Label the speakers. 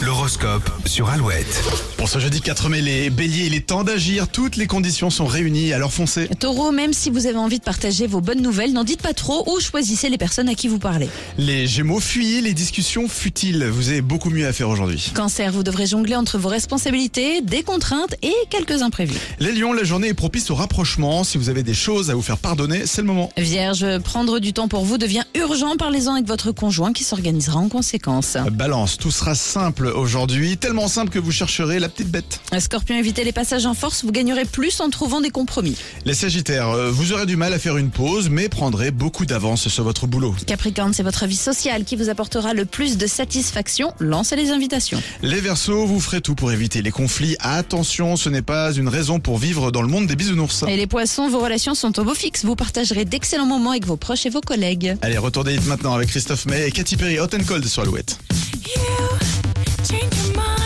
Speaker 1: L'horoscope sur Alouette.
Speaker 2: Pour ce jeudi 4 mai, les béliers, il est temps d'agir. Toutes les conditions sont réunies, alors foncez.
Speaker 3: Taureau, même si vous avez envie de partager vos bonnes nouvelles, n'en dites pas trop ou choisissez les personnes à qui vous parlez.
Speaker 2: Les gémeaux, fuyez les discussions futiles. Vous avez beaucoup mieux à faire aujourd'hui.
Speaker 3: Cancer, vous devrez jongler entre vos responsabilités, des contraintes et quelques imprévus.
Speaker 2: Les lions, la journée est propice au rapprochement. Si vous avez des choses à vous faire pardonner, c'est le moment.
Speaker 3: Vierge, prendre du temps pour vous devient urgent. Parlez-en avec votre conjoint qui s'organisera en conséquence.
Speaker 2: Balance, tout sera simple aujourd'hui. Tellement simple que vous chercherez la petite bête.
Speaker 3: Scorpion, évitez les passages en force, vous gagnerez plus en trouvant des compromis.
Speaker 2: Les sagittaires, euh, vous aurez du mal à faire une pause, mais prendrez beaucoup d'avance sur votre boulot.
Speaker 3: Capricorne, c'est votre vie sociale qui vous apportera le plus de satisfaction. Lancez les invitations.
Speaker 2: Les versos, vous ferez tout pour éviter les conflits. Attention, ce n'est pas une raison pour vivre dans le monde des bisounours.
Speaker 3: Et les poissons, vos relations sont au beau fixe. Vous partagerez d'excellents moments avec vos proches et vos collègues.
Speaker 2: Allez, retournez vite maintenant avec Christophe May et Katy Perry, Hot and Cold sur Alouette.
Speaker 4: you change your mind